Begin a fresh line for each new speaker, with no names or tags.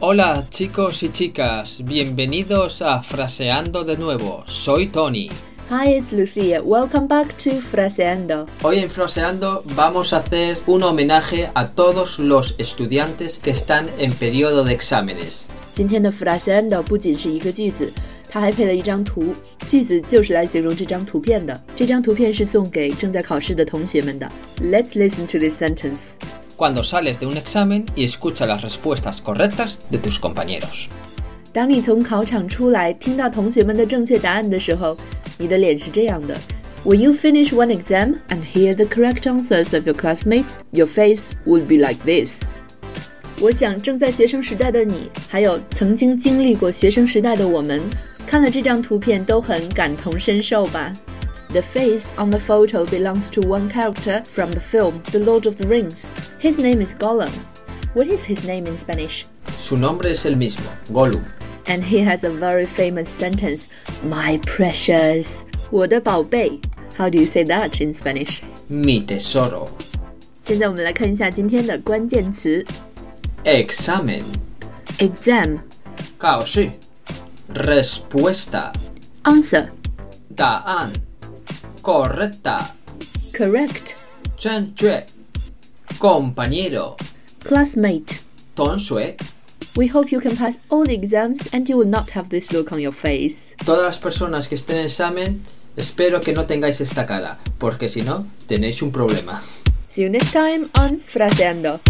Hola chicos y chicas, bienvenidos a Fraseando de nuevo. Soy Tony.
Hi, it's Lucia. Welcome back to Fraseando.
Hoy en Fraseando vamos a hacer un homenaje a todos los estudiantes que están en periodo de exámenes.
今天的 Fraseando 不仅是一个句子，它还配了一张图，句子就是来形容这张图片的。这张图片是送给正在考试的同学们的。Let's listen to this sentence.
Cuando sales de un examen y escucha las respuestas correctas de tus compañeros.
当你从考场出来，听到同学们的正确答案的时候，你的脸是这样的。When you finish one exam and hear the correct answers of your classmates, your face would be like this. 我想，正在学生时代的你，还有曾经经历过学生时代的我们，看了这张图片都很感同身受吧。The face on the photo belongs to one character from the film The Lord of the Rings. His name is Gollum. What is his name in Spanish?
Su nombre es el mismo, Gollum.
And he has a very famous sentence, "My precious." 我的宝贝。How do you say that in Spanish?
Mi tesoro.
现在我们来看一下今天的关键词
Examen.
exam
Kaoshi. Respuesta.
answer
Daan. Correcta.
correct
Chen Chue. Compañero.
classmate.
Ton Sue.
We hope you can pass all the exams and you will not have this look on your face.
Todas las personas que estén en examen, espero que no tengáis esta cara, porque si no, tenéis un problema.
See you next time on Fraseando.